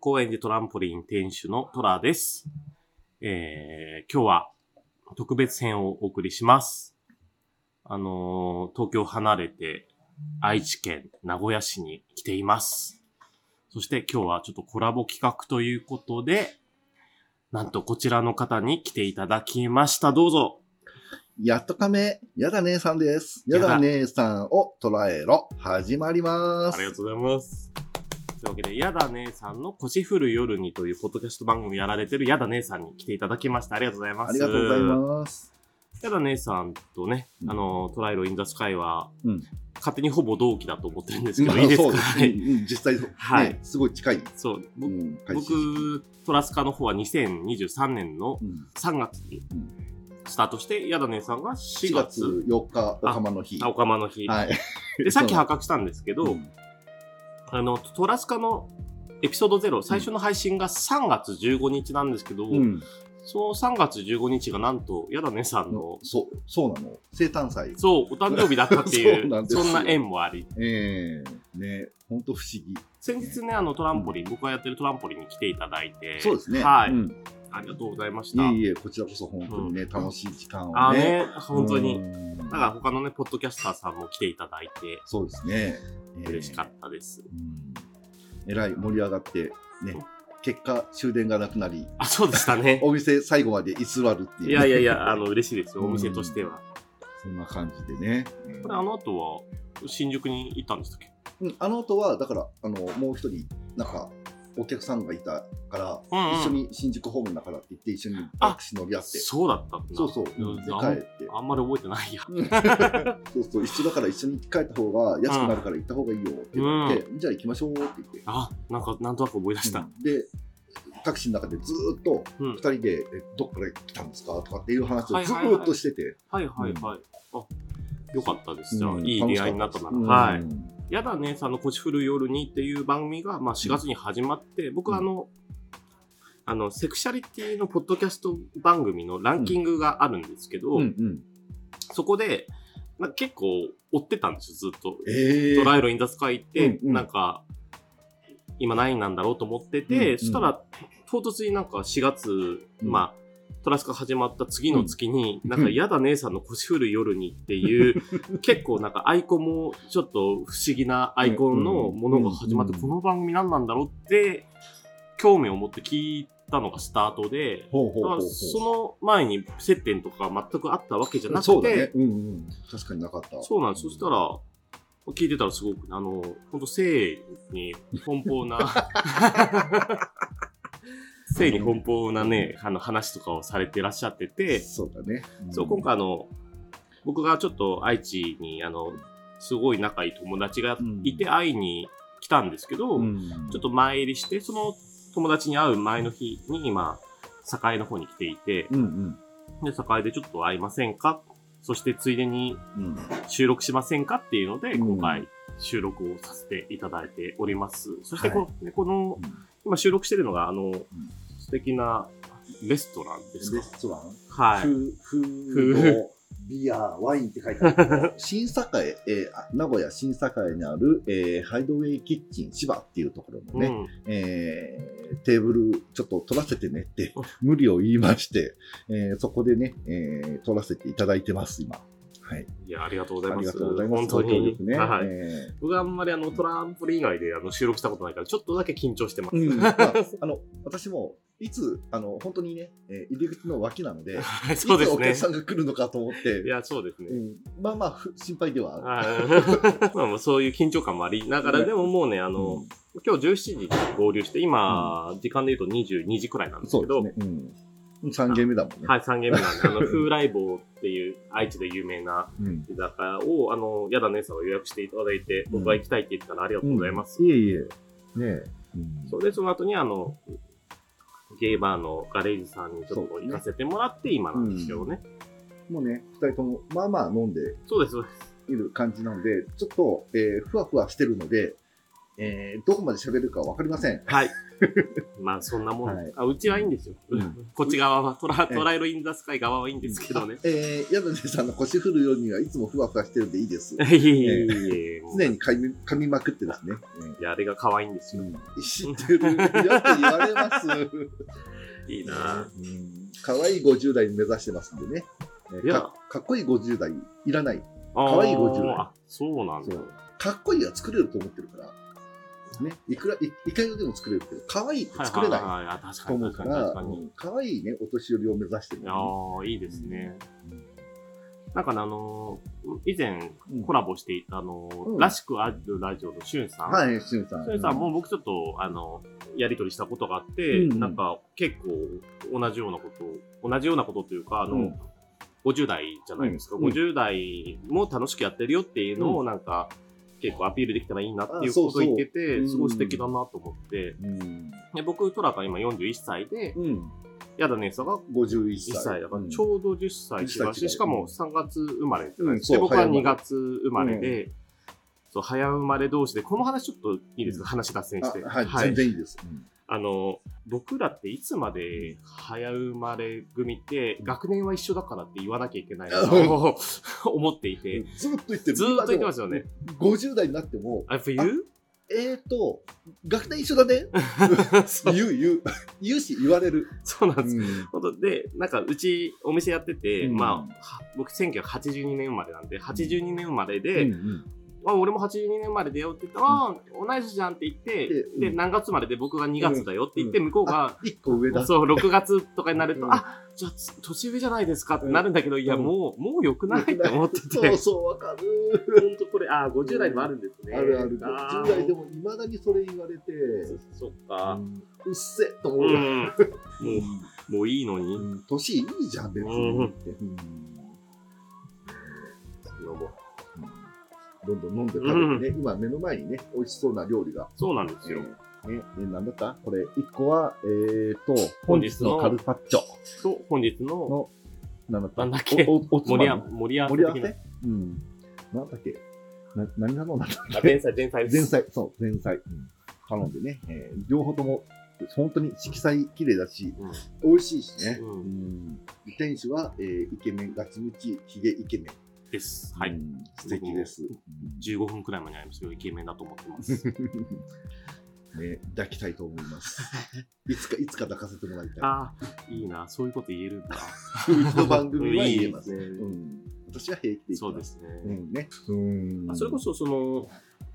公園でトランポリン店主のトラです。えー、今日は特別編をお送りします。あのー東京を離れて愛知県名古屋市に来ています。そして今日はちょっとコラボ企画ということで、なんとこちらの方に来ていただきました。どうぞ。やっとかめ、やだ姉さんです。やだ姉さんを捉えろ。始まりまあす。りがとうございます。というわけで、やだ姉さんの腰降る夜にというポッドキャスト番組をやられてるやだ姉さんに来ていただきました。ありがとうございます。ありがとうございます。ただ姉さんとね、うんあの、トライロインザスカイは、うん勝手にほぼ同期だと思ってるんですけど、 まあいいですかそうですはね。い。うん実際、ねはいすごい近い。そう。ぼうん、開始僕、トラスカの方は2023年のうん3月にうんスタートして、やだ姉さんが4 4月月、 4日、おかまの日。あ、おかまの日。はい。で、さっき破格したんですけど、んあの、トラスカのエピソード0、最初の配信が3月15日なんですけど、うん。その3月15日がなんと、やだ姉さんの、そう、そうなの。生誕祭。そう、お誕生日だったってい そううなんですそよんな縁もあり、ええね、ほんと不思議。先日ね、あのトランポリン、僕がやってるトランポリンに来ていただいて、そうですね。はい、うんありがとうございましいた。えいえ、こちらこそ本当にね、楽しい時間あをーね。ね、本当うに。ん。だから他のね、ポッドキャスターさんも来ていただいて、そうですね。ええ嬉しかったです。うんえらい盛り上がって、ね、結果終電がなくなり、あ、そうでしたね。 お店最後まで居座るっていう、いやいやいや、あの、嬉しいですよ、お店としては。そんな感じでね。うんこれ、あの後は、新宿に行ったんでしたっけうんあの後は、だから、あの、もう一人、なんか、お客さんがいたから、うんうん一緒に新宿ホームだからって言って、一緒にタクシー乗り合って、そうだったんだそうそう、うんであん 帰って。あんまり覚えてないや。そうそう、一緒だから一緒に帰った方が安くなるから行った方がいいよって言って、じゃあ行きましょうって言って。あ、なんか、なんとなく思い出した。で、タクシーの中でずーっと、うん二。人で、えどっから来たんですかとかっていう話はをいずはいはいーっとしてて、はいはいはい。あ、よかったです。じゃあ、うんいい出会いになったなら。楽しかはったいで。すやだね、さんの腰振る夜にっていう番組が、まあ4月に始まって、僕はあの、あの、セクシャリティのポッドキャスト番組のランキングがあるんですけど、うんうんうんそこで、なんか結構追ってたんですよ、ずっと。えトライロインザスカイ行って、うんうんなんか、今何位なんだろうと思ってて、うんうんそしたら、唐突になんか4月、うんまあ、トラスカ始まった次の月に、なんか、やだ姉さんの腰振る夜にっていう、 結構なんかアイコンも、ちょっと不思議なアイコンのものが始まって、うんこの番組何なんだろうって、興味を持って聞いたのがスタートで、ほうほだからうほうほうその前に接点とかが全くあったわけじゃなくて、そうだね、うんうん、確かになかったそうなんです。そしたら、聞いてたらすごく、あの、ほんと、性に奔放 な、性に奔放なね、あの話とかをされてらっしゃってて、そうだね、んそう、今回あの、僕がちょっと愛知に、あの、すごい仲いい友達がいて会いに来たんですけど、うんちょっと前入りして、その友達に会う前の日に今、栄の方に来ていて、うんうんで、栄でちょっと会いませんかそしてついでにうん収録しませんかっていうので、うん今回収録をさせていただいております。そしてはいこ、ねこの、今収録してるのが、あの、素敵なレストランでレすかストラン、はい。フフードビアワインって書いてある 新栄、えーあ名古屋新栄にある、えーハイドウェイキッチン芝っていうところのね、うん、えーテーブルちょっと取らせてね って無理を言いまして、えーそこでね、えー取らせていただいてます今はいいや、ありがとうございあまりす。がとうございます。本当ご協に。力ね。はい、え僕はあんまりあの、トランプ以外であの収録したことないから、ちょっとだけ緊張してます。ーうんまああの、私も、いつ、あの、本当にね、えー入り口の脇なので、はい そうでいつお客すさね。んが来るのかと思って、いや、そうですねう。んまあまあ、ふ心配ではある。はい まあまあ、そういう緊張感もありながら、でももうね、あの、うん今日17時に合流して、今、時間で言うと22時くらいなんですそけうですど、ね。うん。3軒目だもんね。はい、3軒目なんで、あの、風来坊っていう愛知で有名なうん居酒屋を、あの、やだねさんが予約していただいて、僕が行きたいって言ったらありがとうございます。いえいえ。ねえ。うんそうで、その後にあの、ゲーバーのガレージさんにちょっと行かせてもらって、今なんですけどね。もうね、2人とも、まあまあ飲んでそうです、そうです。いる感じなので、ちょっと、えーふわふわしてるので、えーどこまで喋るかわかりません。はい。まあそんなもん、はいあうちはいいんですよ。うんこっち側はトラ、えトライロインザスカイ側はいいんですけどね。えー、宿根さんの腰振るようにはいつもふわふわしてるんでいいです。 いえいえいえいえもう常に噛み噛みまくってですね。いや、あれが可愛いんですうよ。 ん知ってるよく言われます。いいなうん可愛い50代目指してますんでね。えいやかかっこいい50代いらない。可可愛い50代あ、そうなんだ。そうかっこいいは作れると思ってるから。ね、いくら、いいかよでも作れるけど、可愛いって作れないはいはいはいあ確とかに思う確かかにら確か、に。可愛いね、お年寄りを目指してるいんやだよーいいですね。ね。なんかねあのー以前うんコラボしていた、あのーうんらしくあるラジオのしゅんさん。はい、しゅんさん。それさ、もう僕ちょっと、あの、やりとりしたことがあって、うんなんか結構同じようなこと、同じようなことというか、あの、うん50代じゃないですか、うん50代も楽しくやってるよっていうのをなんか、結構アピールできたらいいなっていうあそこうとそうを言ってて、うんすごい素敵だなと思って、うん。で僕、トラが今41歳で、うん。やだねさが51 1歳。歳だから、うんちょうど10歳違10う歳違し、うしかも3月生まれじゃないですか。でうんそう僕は早生2まれ月生まれで、そう、早生まれ同士で、この話ちょっといいですか、話脱線して。あはい、全然いいです。うんあの、僕らっていつまで早生まれ組って、学年は一緒だからって言わなきゃいけないなと 思っていて、ずーっと言ってる。ずーっと言ってますよね。 50代になっても、あ、冬えーと、学年一緒だね。 そう言う、言う。 言うし、言われる。そうなんです。ん。本当で、なんか、うち、お店やってて、うんまあ、は僕、1982年生まれなんで、82年生まれうで、んあ俺も82年生まれだよって言ったら、あー同じじゃんって言って、でうんで、何月生まれで僕が2月だよって言って、うん向こうが、一個上だ。そう、6月とかになると、うんあ、じゃあ、つ年上じゃないですかってなるんだけど、いや、うんもう、もう良くないって思ってそて う。そう、わかる。本当これ、あ、50代でもあるんですね。あるある。あ10代でも未だにそれ言われて、そそっうか。んうっせえとう思う。ん。もう、もういいのうに。ん年いいじゃん、別にって。うんどんどん飲んで食べてね、今目の前にね、美味しそうな料理がそうなんですよ。えーね、えーなんだったこれ、1個は、えーと、本本日日ののカルパッチョ。と、本日のなんだったなんだっけおおおつ盛まみり合盛り合わせ盛り合わ的な。せうん。なんだっけな何頼んだんだっあ前菜、前菜け前。菜、そう、前菜。うん頼んでね、えー両方とも、本当に色彩綺麗だし、うん美味しいしね。ううんん。店主は、えーイケメン、ガチムチ、ヒゲイケメン。です。はうい。ん素敵です。 15分くらい前に会いますよ。イケメンだと思ってます。ね、抱きたいと思います。いつか、いつか抱かせてもらいたい。あーいいな。そういうこと言えるんだ。この 番組は言えます。いいですねうん、私は平気でそうで。すね。うんね。うんあそれこそ、その、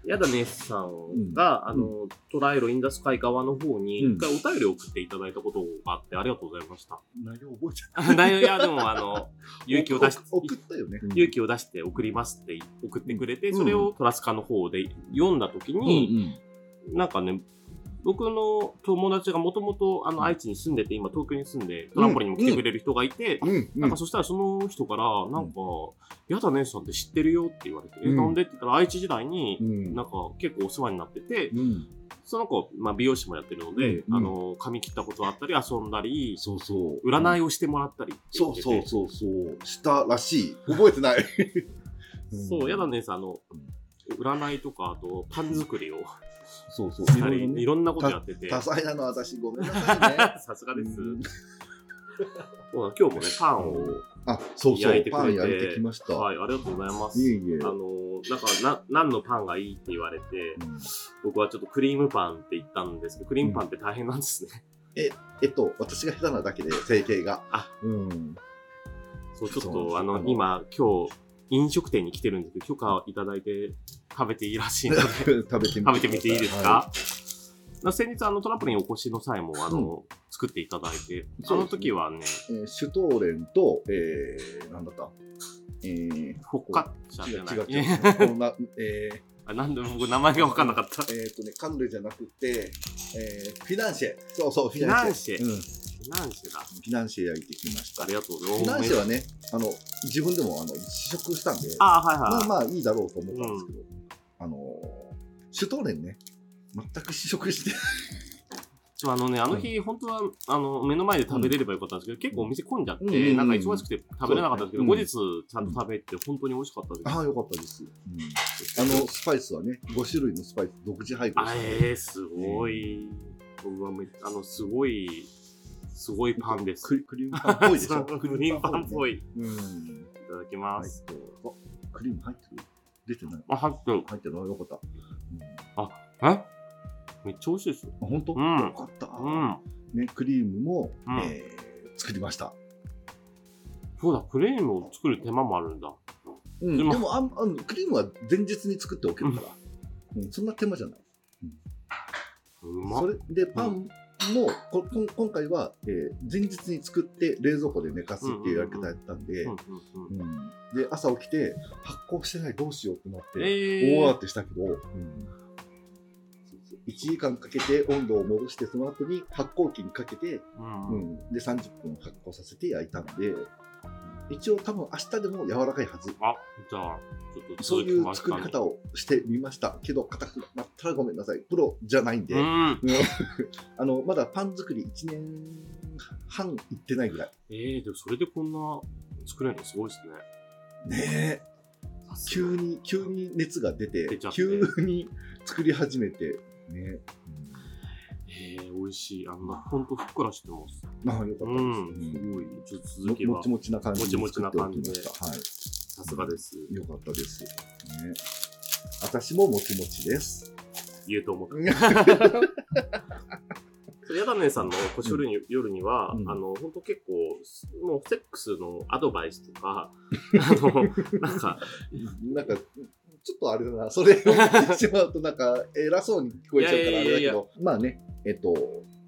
やだねさんが、あの、トライロインダス会側の方に、うん一回お便りを送っていただいたことがあって、ありがとうございました。内容覚えちゃっあ だいぶいや、でも、あの、 勇気を出して、お送ったよね。勇気を出して送りますって送ってくれて、うんそれをトラスカの方で読んだ時うに、んなんかね、僕の友達がもともとあの愛知に住んでて、今東京に住んで、トランポリンにも来てくれる人がいて、うん。うん。なんかそしたらその人から、なんか、やだねさんって知ってるよって言われて、えうんなんでって言ったら愛知時代にう、ん。なんか結構お世話になってて、うん。その子、まあ美容師もやってるので、うんあの、髪切ったことあったり、遊んだり、そうそう。占いい。をしてもらったりって言そっうててそうそうそう。したらしい。覚えてない。そう、やだ。ねさん、あのうん、占いとか、あと、パン作りをそうそう。 したり、いろろんなことやってて、多さ彩なの私ごめんなさいね。す がです。うんそう今日もね、パンを、あ、そうそ焼いうて。くれてパン焼いてきました。はい、ありがとうございます。いえいえあ。の、なんか、な、何のパンがいいって言われて、うん僕はちょっとクリームパンって言ったんですけど、クリームパンって大変なんですね。えっと、私が下手なだけで、整形が。あ、うん。そう、ちょっそうと、ああの、の今、今日、飲食店に来てるんですけど、許可いただいて食べていいらしいので、食食べてみてくださべてみていいですはか、先日、あの、トランポリンお越しの際も、あの、作っていただいて、その時はね、えーシュトーレンと、えー、なんだったえー、フォッカッチャ違じゃなうい。違 う違う。こんな、えー、あなんで僕、名前が分かんなかった。えー、とね、カヌレじゃなくて、えー、フィナンシェ。そうそう、フィナンシェうん。フ何しだ。ィナンシェ焼いてきました。あフりがとうごィざナいンまシすェ。はね、あの、自分でもあの試食したんで、ああ、はいまはあい。まあいいだろうと思ったんですけど、あのー、シュトーレンね、全く試食して、 ちょあのね、あの日、本当は、あの、目の前で食べれればよかったんですけど、結構お店混んじゃっうんて、なんか忙しくて食べれなかったんですけど、後そうで日、ちゃんと食べて、本当に美味しかったです。ああ、よかったです。うんあの、スパイスはね、5種類のスパイス、独自配合あして、えー、すごい。僕はめあの、すごい、すごいパンです。クリクリームパンっぽいでし ょ。そうクリームパンっぽい。い。いうん。ただきはまいす。、どうぞ。クリーム入ってる出てないあ、ハット。入ってるあよかった。えめっちゃ美味しいですよ。うん、あ本当、うんよかった、うん。ね、クリームも、うんえー作りました。そうだ、クレームを作る手間もあるんだ。うでん、でももあんあの、クリームは前日に作っておけるから、うんそんな手間じゃない。うまそっ。れで、パンも、ここん今回は、えー前日に作って冷蔵庫で寝かすっていうやり方やったんで、うんうんうんうんで、朝起きて、発酵してない、どうしようってなって、え大ー慌てしたけど、1時間かけて温度を戻して、その後に発酵機にかけて、うんううんん、で、30分発酵させて焼いたんで、一応多分明日でも柔らかいはず。あ、じゃあ、ちょっとそう続きいうました作ねり方をしてみましたけど、硬くなったらごめんなさい。プロじゃないんで、うん。あの、まだパン作り1年半いってないぐらい。ええでもそれでこんな作れるのすごいですね。ねえ。さすが急に、急に熱が出て、出ちゃって急に作り始めて、ね。ええ美味しい。あの、ほんとふっくらしてます。まあ、よかったうです。ん。うんすごい。ちょっとも続きもはち、もちな感じもにちも作っちてなお感きじまでした。はい。さすがです。よかったです。ね。私ももちもちです。言うと思った。 それヤダネさんの腰夜に,、夜には、うんあの、本当結構、もうセックスのアドバイスと か、あの、なんか、なんか、ちょっとあれだな、それを言ってしまうと、なんか、偉そうに聞こえちいやいゃうからあやいやれだいけやど、まあね、えっと、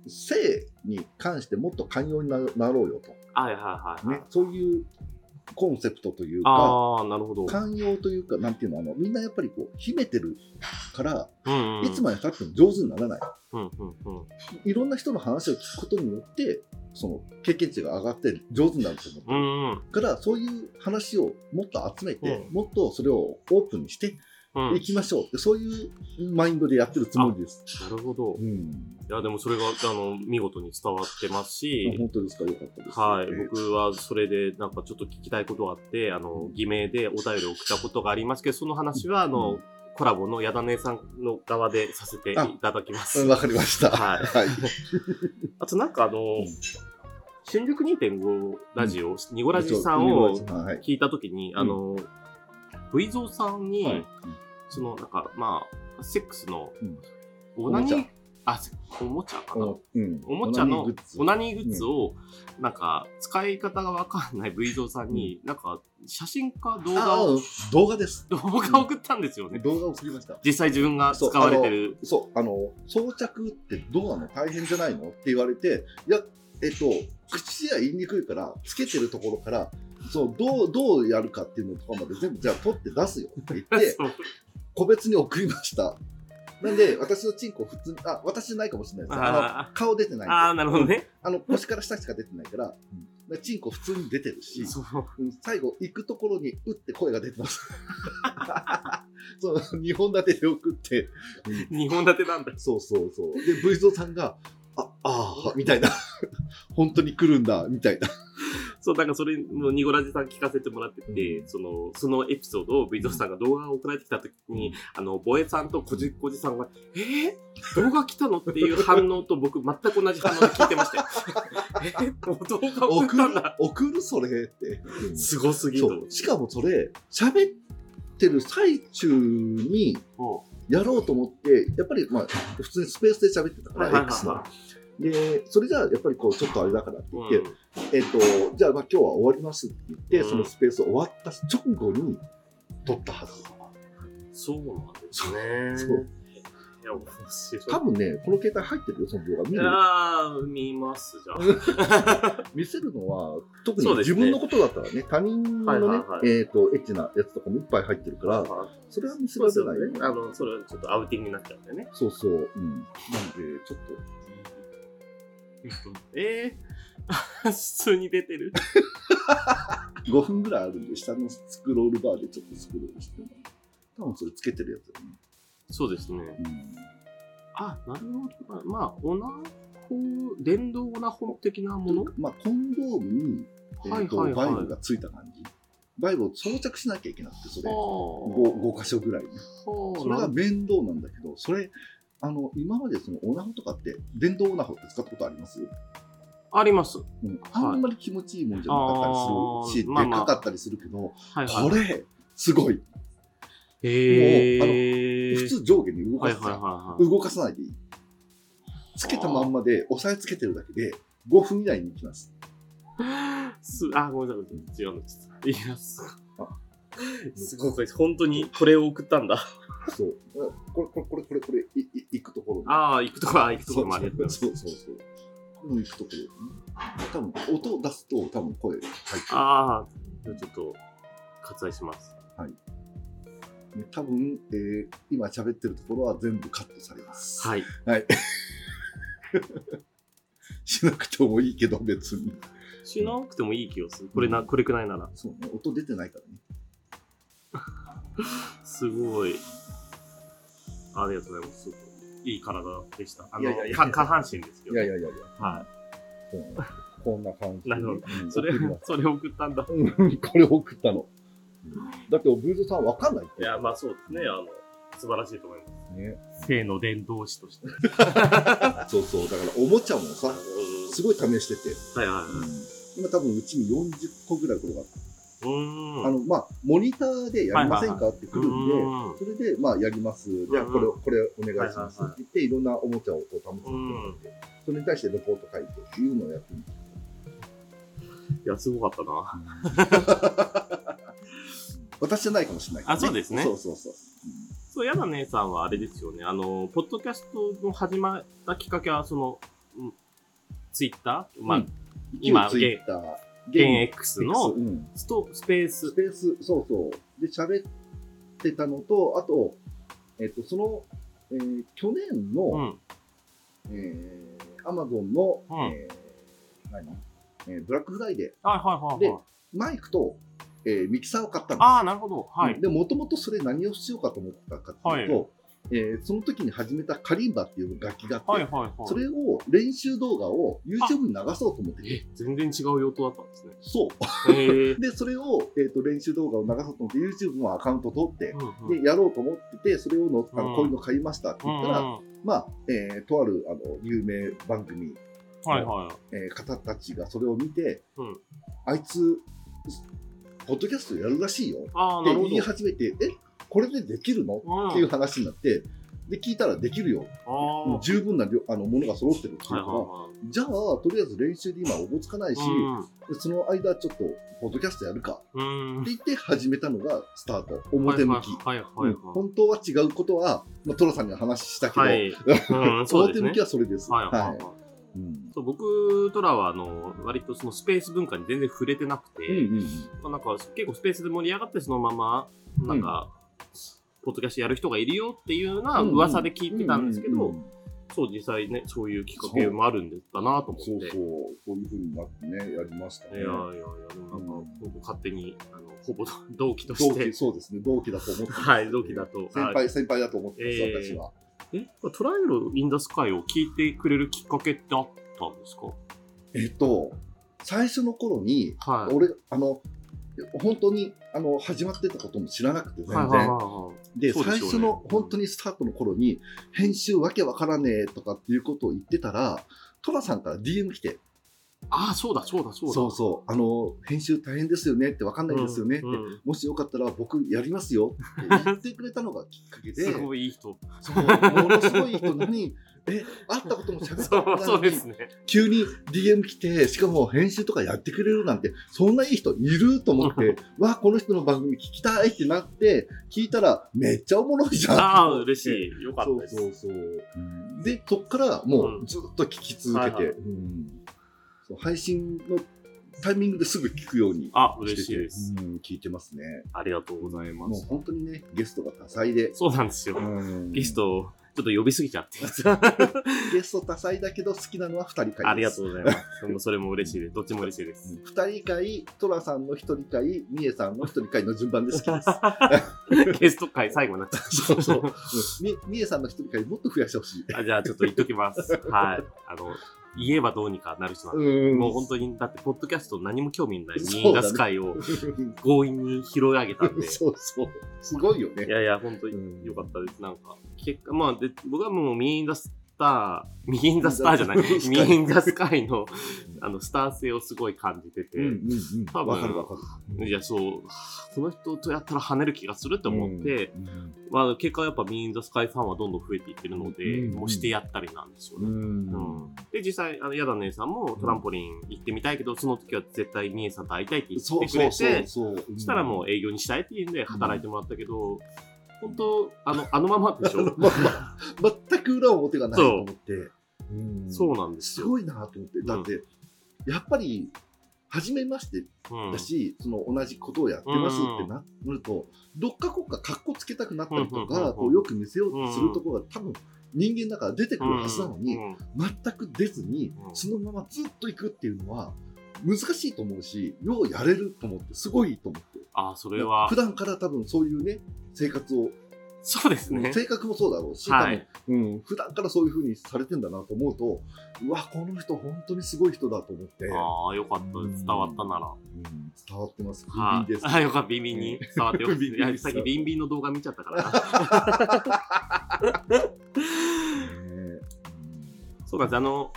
性に関してもっと寛容にななろうよはいはいはいと、はい。ね、そういうコンセプトというか、ああ、なるほど。寛容というか、なんていうの、あのみんなやっぱりこう、秘めてるから、うん、うん。いつまでたっても上手にならない。うんうんうん。いろんな人の話を聞くことによって、その経験値が上がって上手になると思う。うんうん。から、そういう話をもっと集めて、うもっとそれをオープンにしてうん、いきましょうって、そういうマインドでやってるつもりです。なるほどう。ん。いや、でもそれが、あの、見事に伝わってますし、本当ですかよかったです。はいえー。僕はそれで、なんかちょっと聞きたいことがあって、あの、偽名でお便りを送ったことがありますけど、その話は、あの、うんコラボの矢田姉さんの側でさせていただきます。うんわかりました。はい はい。あとなんかあの、ん新緑2.5ラジオ、ニゴラジさんニゴラをジさんはい。聞いたときに、んあの、V ゾーさんに、はいそのなんか、まあ、セックスのうん、オナニおもーち、あ、せおもちゃかな。おうんおもちゃのオナニーグッズオナニーグッズを、なんか、使い方がわかんない V ゾーさんに、なんか、写真か動画あを、ー動画です。動画を送ったんですよね。動画を送りました。実際自分が使われてる。そう、あの、装着ってどうなの大変じゃないのって言われて、いや、えっと、口や言いにくいから、つけてるところから、そう、どう、どうやるかっていうのとかまで全部、じゃあ取って出すよって言って、そう個別に送りました。なんで、私のチンコ普通に、あ、私じゃないかもしれないです。ああの、顔出てないんでああ、なるほどね。あの、腰から下しか出てないから、だからチンコ普通に出てるし、そう。うん最後、行くところに、うって声が出てます。 そう、2本立てで送って、二本立てなんだ。そうそうそう。で、V ゾーさんが、あ、ああ、みたいな。 本当に来るんだ、みたいな。そう、なんかそれ、もうニゴラジさん聞かせてもらってて、その、そのエピソードを V ゾさんが動画を送られてきたときに、あの、ボエさんとこじこじさんが、えー、動画来たのっていう反応と僕、全く同じ反応で聞いてま したよ。えー、動画送っ送たんるだ。、送る、それって。すごすぎるそ。う。しかもそれ、喋ってる最中に、うやろうと思って、やっぱり、まあ、普通にスペースで喋ってたかはいはいら、はい X の。で、それじゃあ、やっぱりこう、ちょっとあれだからってん言って、えっと、じゃあ、まあ今日は終わりますって言って、うんそのスペース終わった直後に撮ったはず。そうなんですね。そう。いや、面白多い。分ね、この携帯入ってるよ、その動画。見るあー、見ます、じゃあ。見せるのは、特そにうですね自分のことだったらね、他人はいはのねいは、いえっと、エッチなやつとかもいっぱい入ってるから、それは見せそらうですれよないね。あよね。の、それちょっとアウティングになっちゃうんだよね。そうそう。うん。なんで、ちょっと、えー、普通に出てる。 5分ぐらいあるんで、下のスクロールバーでちょっとスクロールしてもらう多分それつけてるやつだよね。そうですね。あ、なるほど。まあ、オナホ電動オナホ的なものうんまあ、コンドームに、えはいーとはいはいバイブがついた感じ。バイブを装着しなきゃいけなくて、それ。は 5, 箇所ぐらいね。あ。それが面倒なんだけど、それ、あの、今までそのオナホとかって、電動オナホって使ったことあります、あります。うん、あんまり気持ちいいもんじゃなかったりするし、あーまあでまあかかったりするけど、はいはい。これ、すごい。へえ。普通上下に動かはいすはいじゃんはいはい。動かさないでいい。つけたまんまで、押さえつけてるだけで、5分以内に行きます。すあ、ごめんなさい。違うの。ちょっといや、すごあい。すごい。本当にこれを送ったんだ。そう。これ、これ、これ、これ、これ、い、い、行くところ。ああ、行くとこは行くとそこうまでやってます。そうそうそう。この行くところ。多分、音を出すと、多分声が入ってああ、じゃあちょっと、割愛します。るね。多分、えー、今喋ってるところは全部カットされます。はい。しなくてもいいけど、別に。しなくてもいい気がする。これな、これくらいなら。そうね。音出てないからね。すごい。ありがとうございます。すごいいい体でした。あの、いやいやいやか下半身ですけど。いやいやいやいや。はそうねこんな感じで。なるほうい。んそれ送ります、それ送ったんだ。うんこれ送ったの。だって、おブーゾさんわかんないっいて。や、まあそうですね。あの、素晴らしいと思いまね。す。性の伝道師として。そうそう。だから、おもちゃもさ、すごい試してて。はいはいはい。今多分うちに40個ぐらいこれがあってうーん。あの、まあ、モニターでやりませんかって来るんで、うそれで、まあ、やります。じゃあ、うんこれ、これお願いします。はいはいはいって言って、いろんなおもちゃをこう試してもらって、それに対してレポート書いてっていうのをやって みて。ん。いや、すごかったな。私じゃないかもしれないけど、あそうですねそうそうそう。そう、やだ姉さんはあれですよね。あの、ポッドキャストの始まったきっかけは、その、うんツイッターまあ、うん今、ツイ現ッター、現 X X のうんストスペースス。ペース、そうそう。で、喋ってたのと、あと、えっ、と、その、えー去年の、うん。えー、アマゾンの、うんえー何えーブラックフライデはいはいはいではい。ー、マイクと、えーミキサーを買ったんです。ああ、なるほど。はい。で、もともとそれ何をしようかと思ったかっていうと、えーその時に始めたカリンバっていう楽器があって、はいはいはい。それを練習動画を YouTube に流そうと思ってて、え、全然違う用途だったんですね。そへえう。。で、それを、えー、と練習動画を流そうと思って、YouTube のアカウント取って、うんうんで、やろうと思ってて、それをの、あうのんこういうの買いましたって言ったら、うんうんまあ、えーとある、あの、有名番組はいはい。えー方たちがそれを見て、うんあいつ、ポッドキャストやるらしいよってああ、なるほ言どい。始めて、え、これでできるのうんっていう話になって、で、聞いたらできるよ。ああ。もう十分な量あのものが揃ってるっていうかはいら、はじゃあ、とりあえず練習で今おぼつかないいし、はい。でその間ちょっと、ポッドキャストやるかうん。うっんて言って始めたのがスタート。表向き。はいはいはいうん本当は違うことは、まあ、トラさんには話したけど、はい。はい。うん、そうで表すね向き。はそれです。はいはいはい。うんそう僕とらは、あの、割とそのスペース文化に全然触れてなくうて、んうんうんまあなんか結構スペースで盛り上がってそのまま、なんか、ポッドキャストやる人がいるよっていうような噂で聞いてたんですけううどう、んそう、実際ね、そういうきっかけもあるんだなと思って。そうそう、こういう風になってね、やりましたいね。やいやいや、でもなんか、うん僕勝手に、あの、ほぼ同期とし同期、て。そうですね、同期だと思ってま すはい、同期だと。先あ輩、先輩だと思ってます、えー私は。え、トライアル・イン・ダ・スカイを聞いてくれるきっかけってあったんですかえっと、最初の頃に、はい。俺、あの、本当に、あの、始まってたことも知らなくて、全はいはいはい然。はい。で、そうでしょう最ね初の、本当にスタートの頃に、編集わけわからねえとかっていうことを言ってたら、トラさんから DM 来て、ああ、そうだ、そうだ、そうだ。そうそう、あの、編集大変ですよねって、わかんないですよねってう、んうん、もしよかったら僕やりますよって言ってくれたのがきっかけです ごいいい人。そう、ものすごい人なのに、え、会ったことも喋ったそことう、ないそのうでにすね。急に DM 来て、しかも編集とかやってくれるなんて、そんないい人いると思 って、わ、この人の番組聞きたいってなって、聞いたらめっちゃおもろいじゃん。ああ、嬉し。い。よかっそたうです。そうそう。で、そっからもうずっと聞き続けて、はいはいうんそう配信のタイミングですぐ聞くようにあ、してて嬉しいです。うん聞いてますね。ありがとうございまもうす。本当にね、ゲストが多彩で、そうなんですよ。うんゲストをちょっと呼びすぎちゃって。ゲスト多彩だけど好きなのは2人会です。ありがとうござい ます。それもそれも嬉しいです。どっちも嬉しいです。 2人会、トラさんの1人会、ミエさんの1人会の順番で好き です。ゲスト会最後になっちゃった。そうそう。みミエさんの1人会もっと増やしてほしい。 あじゃあちょっと言っときます。はい。あの、言えばどうにかなる人なんで、うんもう本当に、だって、ポッドキャスト何も興味ないそうだね見出す会 を強引に広げ上げたんで、そうそう。すごいよいね。やいや、本当にうん良かったです。なんか、結果、まあ、で僕はもうミーン・ザ・スター、ミーン・ザ・スターじゃない、ミミーンザスカイーン・ザ・スカイの、あの、スター性をすごい感じてて、うんうんうん。多分わかるわかる。いや、そう、その人とやったら跳ねる気がすると思って、うんまあ、結果やっぱミーン・ザ・スカイファンはどんどん増えていってるので、うんもうしてやったりなんですようね。ん。で、実際、あの、ヤダ姉さんもトランポリン行ってみたいけど、その時は絶対ミエさんと会いたいって言そってうくれそうて、そうそう。そそしたらもう営業にしたいって言うんで働いてもらったけど、本当あの、あのままでしょ まあまあ、全く裏表がないと思って。うんそうなんですすよ。ごいなと思って。だって、やっぱり、初めましてうんだし、その同じことをやってますってなると、どっかこっか格好つけたくなったりとうんうんうんうか、んこうよく見せようとするところが多分人間だから出てくるはずなのにう、ん全く出ずにう、んそのままずっと行くっていうのは、難しいと思うし、ようやれると思って、すごいと思って。ああ、それは普、段から多分そういうね、生活を、そうですね。性格もそうだろうし、はい多分、うん、普段からそういう風にされてんだなと思うと、うわ、この人本当にすごい人だと思って、ああ、よかった。伝わったなら。うん伝わってます。はい ビビです。あよかった、ビンビンに伝わってよかった。 ビンビンにいやさっきビンビンの動画見ちゃったから な。ねそうなんです。あの、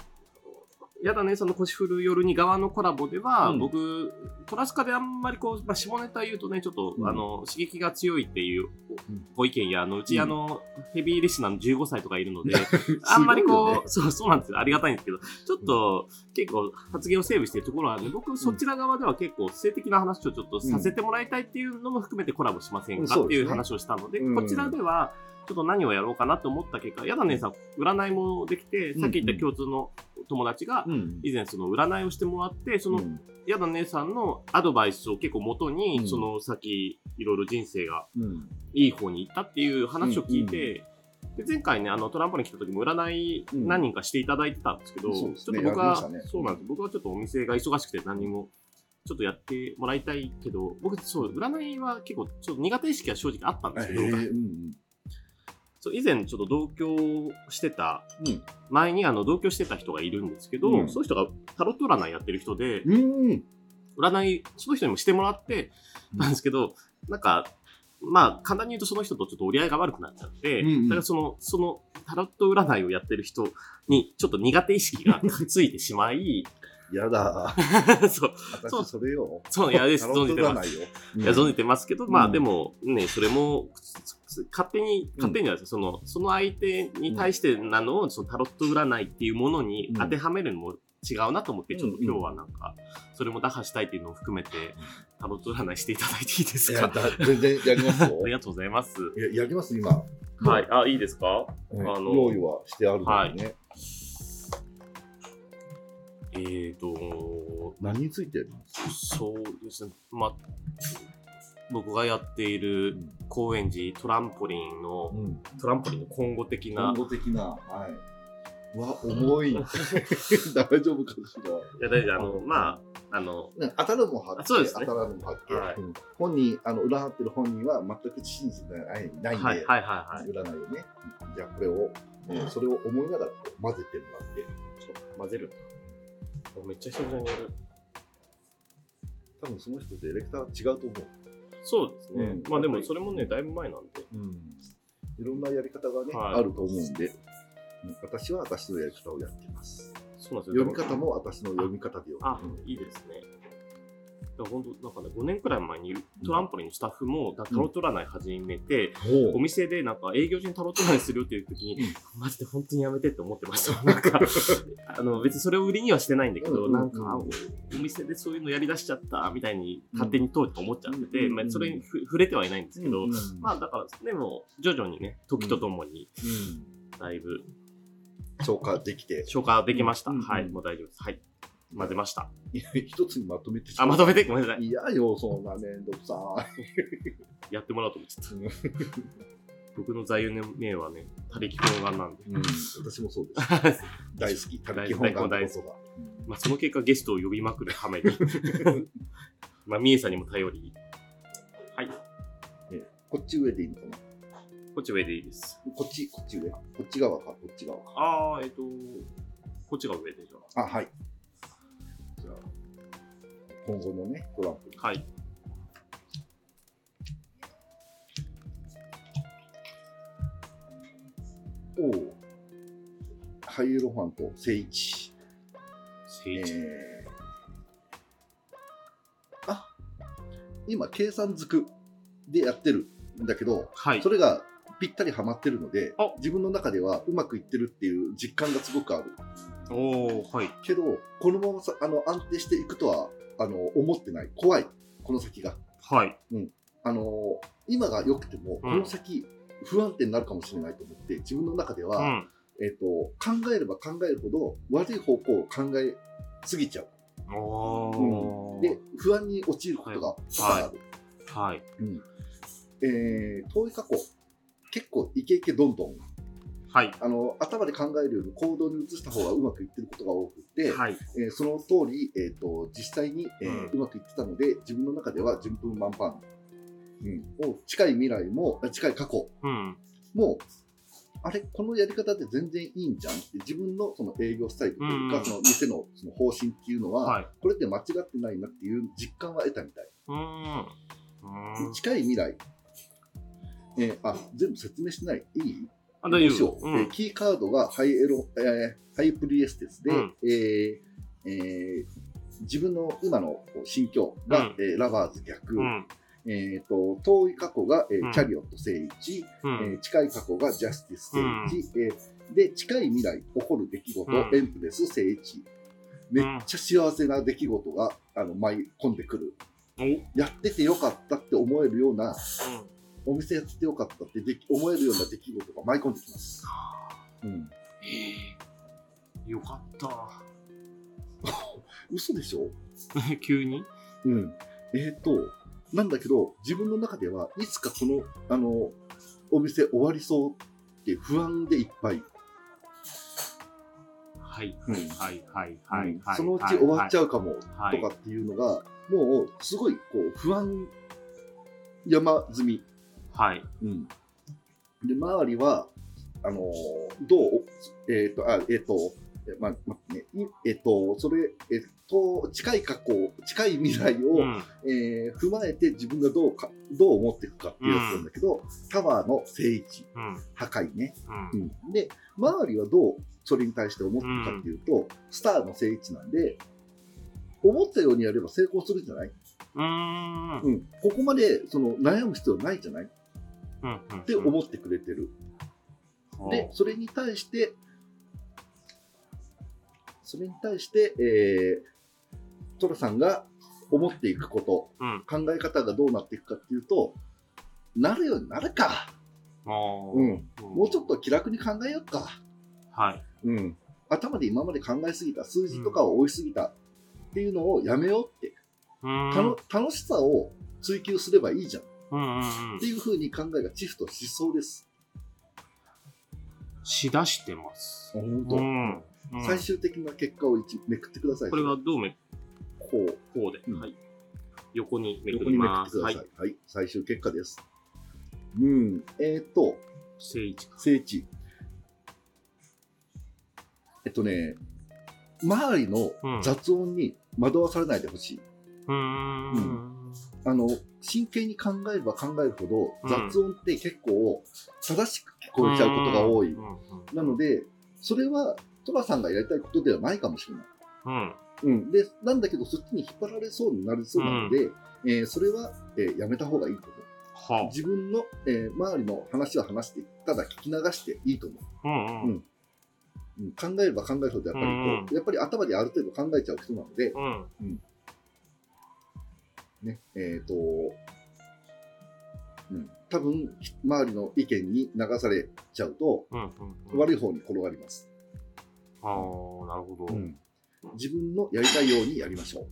やだね、その腰振る夜に側のコラボでは、うん僕、トラスカであんまりこう、まあ、下ネタ言うとね、ちょっと、うんあの、刺激が強いっていううんご意見や、あの、うち、うんあの、ヘビーリスナーの15歳とかいるので、うんあんまりこう、 すそう、そうなんですよ。ありがたいんですけど、ちょっと、結構発言をセーブしてるところはあるんで、僕、そちら側では結構、性的な話をちょっとさせてもらいたいっていうのも含めてコラボしませんかうんっていそうですうね話をしたので、うんこちらでは、ちょっと何をやろうかなと思った結果、やだねさん、占いもできて、さっき言った共通の友達がご、いよね以前その占いをしてもらって、そうんのやだねさんのアドバイスを結構元うに、んその先いろいろ人生がうんいい方に行ったっていう話を聞いて、で前回ねあのトランポリン来た時も占いうん何人かしていただいてたんですけど、そうでちすょっねと僕やりましは、たねそうなんです僕はちょっとお店が忙しくて何もちょっとやってもらいたいけど僕そう占いは結構ちょっと苦手意識は正直あったんですえけど、ーうんそう以前ちょっと同居してたうん前にあの同居してた人がいるんですけど、うんそういう人がタロット占いやってる人で、うんうん占い、その人にもしてもらってうんなんですけど、なんか、まあ、簡単に言うとその人とちょっと折り合いが悪くなっちゃって、うんうんだからその、そのタロット占いをやってる人にちょっと苦手意識がついてしまい、 やだ。そう、そう私それよ。そう、いやです、タロ存ッじトてま占す。いよ。いや、存うんじてますけど、まあうんでもね、それも、つつ勝手に、勝手にじゃないですか、その、その相手に対してなのを、そのタロット占いっていうものに当てはめるのも違うなと思って、うんちょっと今日はなんか、それも打破したいっていうのを含めて、タロット占いしていただいていいですいかやだ全然やりますあより。がとうございます。いややります、今。はい。あ、いいですかうん。あの用意はしてあるのでね。えーと、何についてやりますそうですね。まあ、僕がやっている高円寺トランポリンの、うんトランポリンの今後的な今、後的な。はい。うわ、重い。大丈夫かしら。いや、大丈夫、あの、まあ、あの、ね当たるも発あそう見、です当ねたらぬも発見、はいうん本人あの占ってる本人は全く真実がないないんで、はい、はい、はい、はい。占いをねじゃあこれを、えーそれを思いながらこう混ぜてもらってちょっと混ぜるなめっちゃ久々にやる。多分その人ディレクターは違うと思う、そうですね。うんまあでも、それもね、だいぶ前なんで。いろんなやり方がね、はいあると思うんで、うん私は私のやり方をやってますそうなんです読よ。み方も私の読み方でよあうん、いいですね。だから本当なんかね、5年くらい前にトランポリンのスタッフもタロット占い始めて、おおう店でなんか営業中にタロット占いするよっていう時に、マジで本当にやめてって思ってました。 なんか、あの別にそれを売りにはしてないんだけど、うんうんうんなんかお、お店でそういうのやりだしちゃったみたいに勝手に当時思っちゃってて、うんまあ、それにふ触れてはいないんですけど、うんまあだから、でも徐々にね、時とともにうだいぶん消化できて 消化できました。うんうんうんはい、もう大丈夫です。はい、混ぜました。いや一つにまとめてしあ、まとめてごめんなさい。いやよそんなめんどくさいやってもらおうと思っちゃった。 僕の座右の銘はね、他力本願なんで。うん、私もそうです。 大好き、旅基本が大大好き好き。まあ、その結果ゲストを呼びまくるた めに。まあ、みえさんにも頼り。はい。こっち上でいいのかなこっち上でいいです。こっち、こっち上。こっち側か、こっち側か。あー、えっ、と、こっちが上でしょ。あ、はい。じゃあ、今後のね、トランプ。はい。おうハイエロファンと聖一。聖地。えー、あ、今、計算づくでやってるんだけど、はいそ。れがぴったりはまってるのであ、自分の中ではうまくいってるっていう実感がすごくある。おー、はい。けど、このままさあの安定していくとはあの思ってない。怖い、この先が。はい。あの今が良くても、うんこの先、不安定になるかもしれないと思って、自分の中でうは、ん。えっと考えれば考えるほど、悪い方向を考えすぎちゃう。おー。で、不安に陥ることが多々ある。はい。うんえー遠い過去、結構イケイケどんどんはい。あの、頭で考えるより行動に移した方がうまくいってることが多くて、はい。えーその通り、えー、と実際に、えうーうまくいってたので自分の中では順風満帆、うん、を近い未来もあ近い過去うん。もあれこのやり方で全然いいんじゃんって自分のその営業スタイルというか、うんその店のその方針っていうのは、はい。これって間違ってないなっていう実感は得たみたい、うーん。うーん。近い未来、えーあ全部説明しないいいあ、大どうし丈よ夫。ううえんー。キーカードがハイエロ、えーハイプリエステスで、うんえーえー自分の今のこう心境うが、んえーラバーズ逆、うん。えーと遠い過去が、えーうんキャリオット聖一、うえん。ー近い過去がジャスティス聖一、えーで近い未来起こる出来事、うんエンプレス聖一めっちゃ幸せな出来事があの舞い込んでくるおうん。やっててよかったって思えるようなお店やってよかったってでき思えるような出来事が舞い込んできます。うんよかった。 嘘でしょ急にうん。えっ、と、なんだけど、自分の中では、いつかこの、あの、お店終わりそうって不安でいっぱい。はい。うんはい。はい。はい。はい。そのうち終わっちゃゃうかも、はといか。っていうのが、もう、すごい、こう、不安山積み。はい。うん。で、周りは、あのーどうえっ、と、あ、えっ、と、えま、まね、いえっ、と、それ、えっ、と、近い過去、近い未来を、うん。えー踏まえて自分がどうか、どう思っていくかっていうやつなんだけど、タワーの聖域、うん。破壊ね、うん。うんで、周りはどうそれに対して思ってるかっていうと、スターの聖域なんで、思ったようにやれば成功するんじゃない、うーん。うん。うん、ここまでその悩む必要ないじゃないっうん。うんて思ってくれてる。で、それに対して、それに対して、えー、トラさんが思っていくこと、うん。考え方がどうなっていくかっていうと、なるようになるか。あーうん。もうちょっと。と気楽に考えようか。はい。うん。頭で今まで考えすぎた、数字とかを追いすぎたっていうのをやめようって、うーん。たの楽しさを追求すればいいじゃんっうんうんうんて。いうふうに考えがチフトしそうです。しだしてます。本う。ん。うん最終的な結果を一めくってください。これはどうめ、こう、こうで。うんはい。横にめく横りにめくっまてす。くだはさい。いは。い、最終結果です。うん。えっ、と、正位置。聖地。えっとね、周りのうん雑音に惑わされないでほしい。うーん。あの、真剣に考えれば考えるほど、うん雑音って結構正しく聞こえちゃうことが多い。うんなので、それはトラさんがやりたいことではないかもしれない。うん。うん。うん。で、なんだけど、そっちに引っ張られそうになりそうなので、えーそれは、えーやめた方がいいと思う。は自分の、えー周りの話は話して、ただ聞き流していいと思う。あ。うんうん。うん考えれば考えるほどやうっぱりこう、んうんやっぱり頭である程度考えちゃう人なので、うん。ね、えっ、と、うん、多分、周りの意見に流されちゃうと、うんうんうん。悪い方に転がります、ああ、なるほど。自分のやりたいようにやりましょ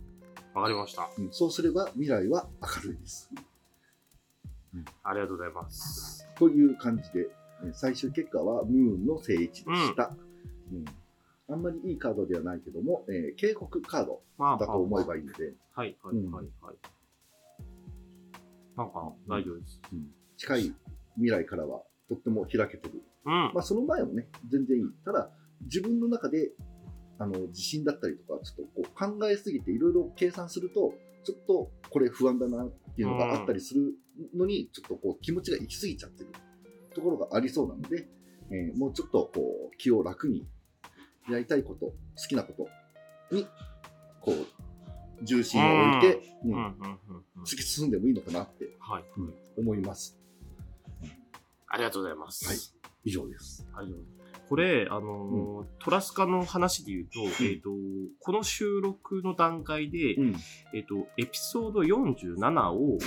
わかりました。う。うんそうすれば未来は明るいです。ありがとうございます。という感じで、えー最終結果はムーンの正位置でした。うんあんまりいいカードではないけども、えー警告カードまだと思えばいいので、はいはいはいはい。なんか、大丈夫です。近い未来からはとっても開けてるうん。まあ、その前もね、全然いい。ただ、自分の中であの地震だったりとか、ちょっとこう考えすぎていろいろ計算すると、ちょっとこれ不安だなっていうのがあったりするのに、ちょっとこう気持ちが行き過ぎちゃってるところがありそうなので、えーもうちょっとこう気を楽にやりたいこと、好きなことに、こう、重心を置いて、ううんうんんうんうん。突き進んでもいいのかなってはい。うん思います。ありがとうございます。以上です。はい。これ、あのートラスカの話で言うと、えっ、と、この収録の段階で、うん。えっ、と、エピソード47を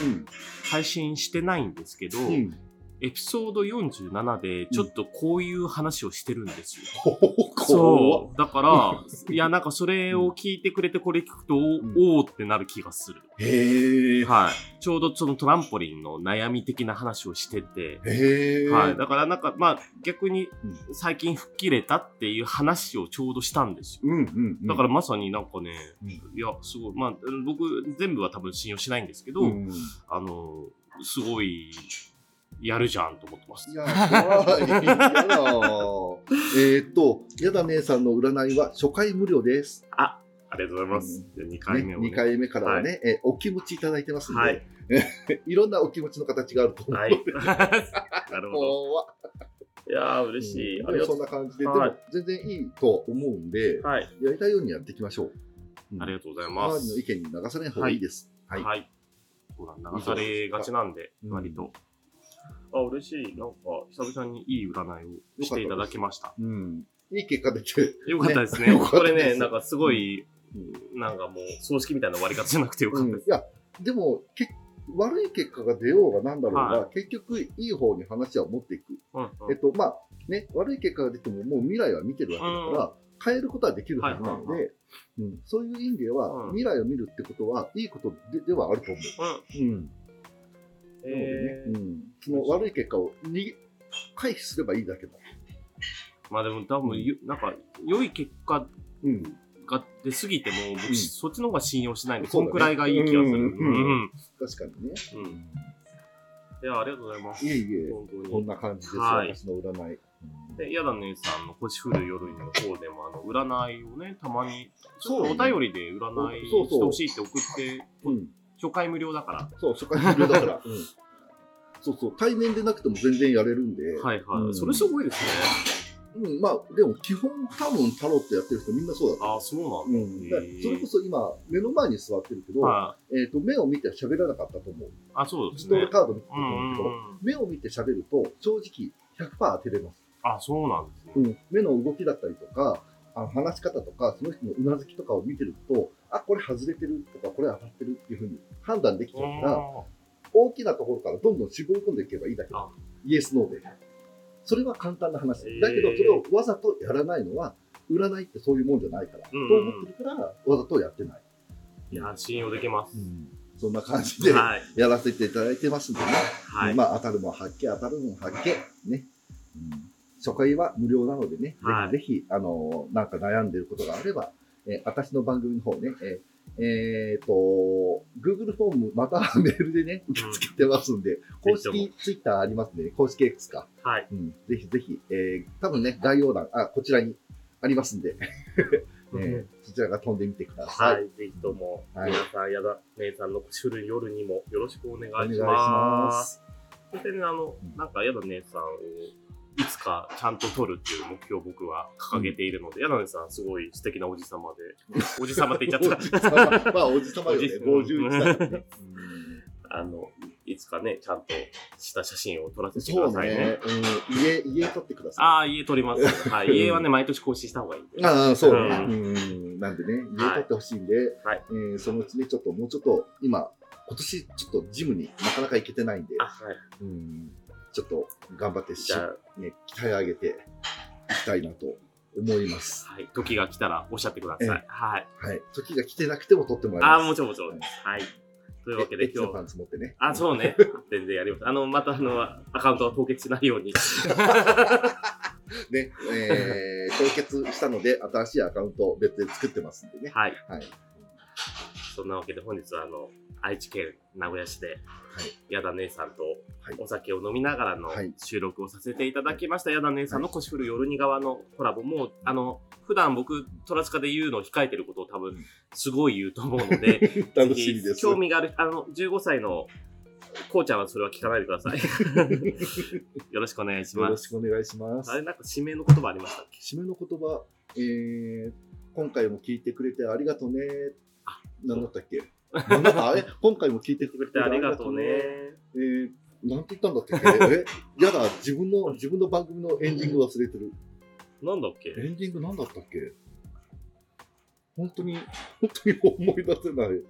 配信してないんですけど、うん。うん。エピソード47で、ちょっとこういう話をしてるんですよ。こうそう。だから、いや、なんかそれを聞いてくれて、これ聞くと、んおおーってなる気がする。へえ。はい。ちょうどそのトランポリンの悩み的な話をしてて、へえ。はい。だからなんか、まあ、逆にう最近吹っ切れたっていう話をちょうどしたんですよ。うんうんうん。だからまさになんかね、うんいや、すごい、まあ、僕、全部は多分信用しないんですけど、うん、いあの、すごい、やるじゃんと思ってます。や、怖い。やだ。 えーっと、やだ姉さんの占いは初回無料です。ありがとうございます。じゃあ2回目ね、を、ね。二回目からはね、えーお気持ちいただいてますんで、はい い、。ろんなお気持ちの形があると思う。 はい。なるほど。怖っいやー、嬉しい。うんありがと。そうんな感じで、ではもい全然いいとは思うんで、はい。やりたいようにやっていきましょう。うんありがとうございま周りのす意。見に流されない方がいいです。はい。はい。そうだ流されがちなんで、うん割と。あ、嬉しい。なんか、久々にいい占いをしていただきました。うん。いい結果出て、よかったですね。ねよかったですこれね、なんかすごい、うんなんかもう、葬式みたいな終わり方じゃなくてよかうっんたいです。や、でも、け悪い結果が出ようがなんだろうが、は結局、いい方に話は持っていく。うん。えっと、まあ、ね、悪い結果が出ても、もう未来は見てるわけだから、変えることはできるはずなのはいはいで、うんそういう意味では、うん未来を見るってことは、いいことでではあると思う。うん。うん。なのでねえ、ーうん。その悪い結果を逃げ回避すればいいだけだ。まあでも多分、ゆなんか、良い結果うん。が出すぎても、うん僕、そっちの方が信用しないんで、そこうんだねくらいがいい気がする。うんうんうん。確かにね。うん。いや、ありがとうございます。いえいえ、本当こにん。な感じです、はい私の占い。うんで、やだねさんの星降る夜の方でも、あの、占いをね、たまに、ちそょうっとお便りで占いしてほしいって送って、うん初回無料だから。そう、初回無料だ から。そうそう、対面でなくても全然やれるんで、はいはい。うんそれすごいですね。うん、まあ、でも基本多分タロットやってる人みんなそうだとああ、そうなんだ。思う。うん、だからへえそれこそ今、目の前に座ってるけど、はえっと目を見ては喋らなかったと思う。い。あ、そうでスすトーねル。カード見てたとうん思ううんけうど、ん。目を見て喋ると、正直100%当てれます、あ、そうなんですうね。ん。目の動きだったりとか、あの話し方とか、その人のうなずきとかを見てると、あ、これ外れてるとか、これ当たってるっていうふうに判断できちゃうから、大きなところからどんどん絞り込んでいけばいいだけあイエス、ノーで。それは簡単な話。へーだけど、それをわざとやらないのは、占いってそういうもんじゃないから、うんうんと思ってるから、わざとやってない。いや、信用できます。そんな感じで、はい。やらせていただいてますんでね。はい。まあ、当たるも発見、当たるも発見。ね。うん初回は無料なのでね、はいぜひ、ぜひあのーなんか悩んでることがあれば、えー私の番組の方ね、えーえーと、Google フォームまた はメールでね、受け付けてますんで、公ぜひ式 Twitter ありますね、公式 X か。はい。うん、ぜひぜひ、えー多分ね、概要欄、あ、こちらにありますんで、えーそちらが飛んでみてください。はい、ぜひとも、はい皆さん、矢田姉さんの種類夜にもよろしくお願いしお願います。します。そしてね、あのう、んなんか矢田姉さんをいつかちゃんと取るっていう目標を僕は掲げているので、矢田姉さんすごい素敵なおじさまで、おじさまって言っちゃっおじさま、まあ、おじさまよね、おじ51歳だね。うんた。あの、いつかね、ちゃんとした写真を撮らせてくそだうさいね。ね。うん、家、家取ってくださああ、家撮ります。はい、家はね、毎年更新した方がいいんい。で。ああ、そうね。ううん。なんでね、家はい取ってほしいんで、はいえーそのうちね、ちょっともうちょっと、今、今年ちょっとジムになかなか行けてないんであ、、はい。うん、ちょっと頑張ってしじゃあ、ね、鍛え上げていきたいなと思います。はい、時が来たらおっしゃってくださえい。はい。はい。時が来てなくても取ってもらいあます。あ、もちろんもちろんです。はい。というわけでエッチ今な日パンツ持ってね。あ、そうね。全然やります。あの、またあの、アカウントが凍結しないように。ね、えー、凍結したので、新しいアカウントを別で作ってますんでね。はい。はい。そんなわけで本日はあの、愛知県名古屋市で、やだ姉さんとはいお酒を飲みながらのはい収録をさせていただきました。やだ姉さんの腰振る夜に側のコラボも、あの、普段僕、トラスカで言うのを控えてることを多分、すごい言うと思うので、 楽しみでぜすひ。興味がある、あの、15歳の、こうちゃんはそれは聞かないでくだ さい。よろしくお願いしよまろす。しくお願いしますあ。れ、なんか指名の言葉ありましたっけ締めの言葉、えー、今回も聞いてくれてありがとうね。何だったっけ何だったあれ今回も聞いてくれでて ありがとうね。えー、なんて言ったんだった っけえやだ、自分の、自分の番組のエンディング忘れてる。なんだっけエンディングなんだったっけ本当に、本当に思い出せない。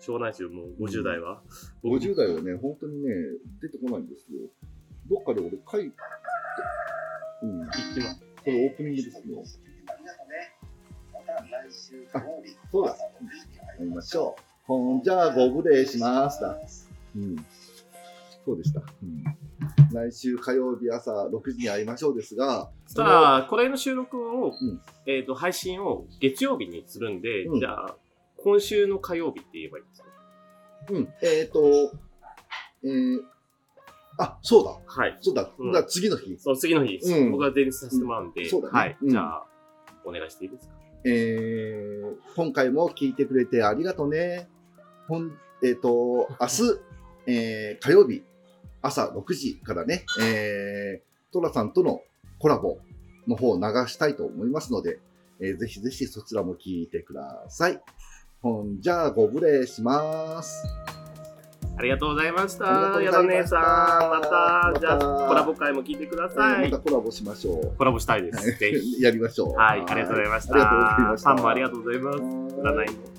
庄内中もう50代は、僕50代はね、本当にね、出てこないんですよ。どっかで俺書いて、うん、こ行きます。れオープニングですよ。あ、そうだ。やりましょう。ほんじゃあ、ご無礼します。だ。うん。そうでした。うん。来週火曜日朝6時に会いましょうですが、さあ、これの収録を、うんえっ、と、配信を月曜日にするんで、うんじゃあ、今週の火曜日って言えばいいですかうん、えっ、ー、と、えー、あ、そうだ、はい。そうだ、うんだから次の日、その次の日、うん僕が前日させてもらうんで、うんそうだねはい。うんじゃあ、お願いしていいですかえー、今回も聞いてくれてありがとね。ほん、えっ、ー、と、明日、えー、火曜日、朝6時からね、えー、トラさんとのコラボの方を流したいと思いますので、えー、ぜひぜひそちらも聞いてください。ほんじゃあ、ご無礼します。ありがとうございました。ありやがだとうござい姉ましたさん、また、またじゃあ、コラボ会も聞いてくださえーい。またコラボしましょう。コラボしたいです。ぜひ。やりましょう。はい、ありがとうございました。ありがとうございましたファンもありがとうございます。う占いも。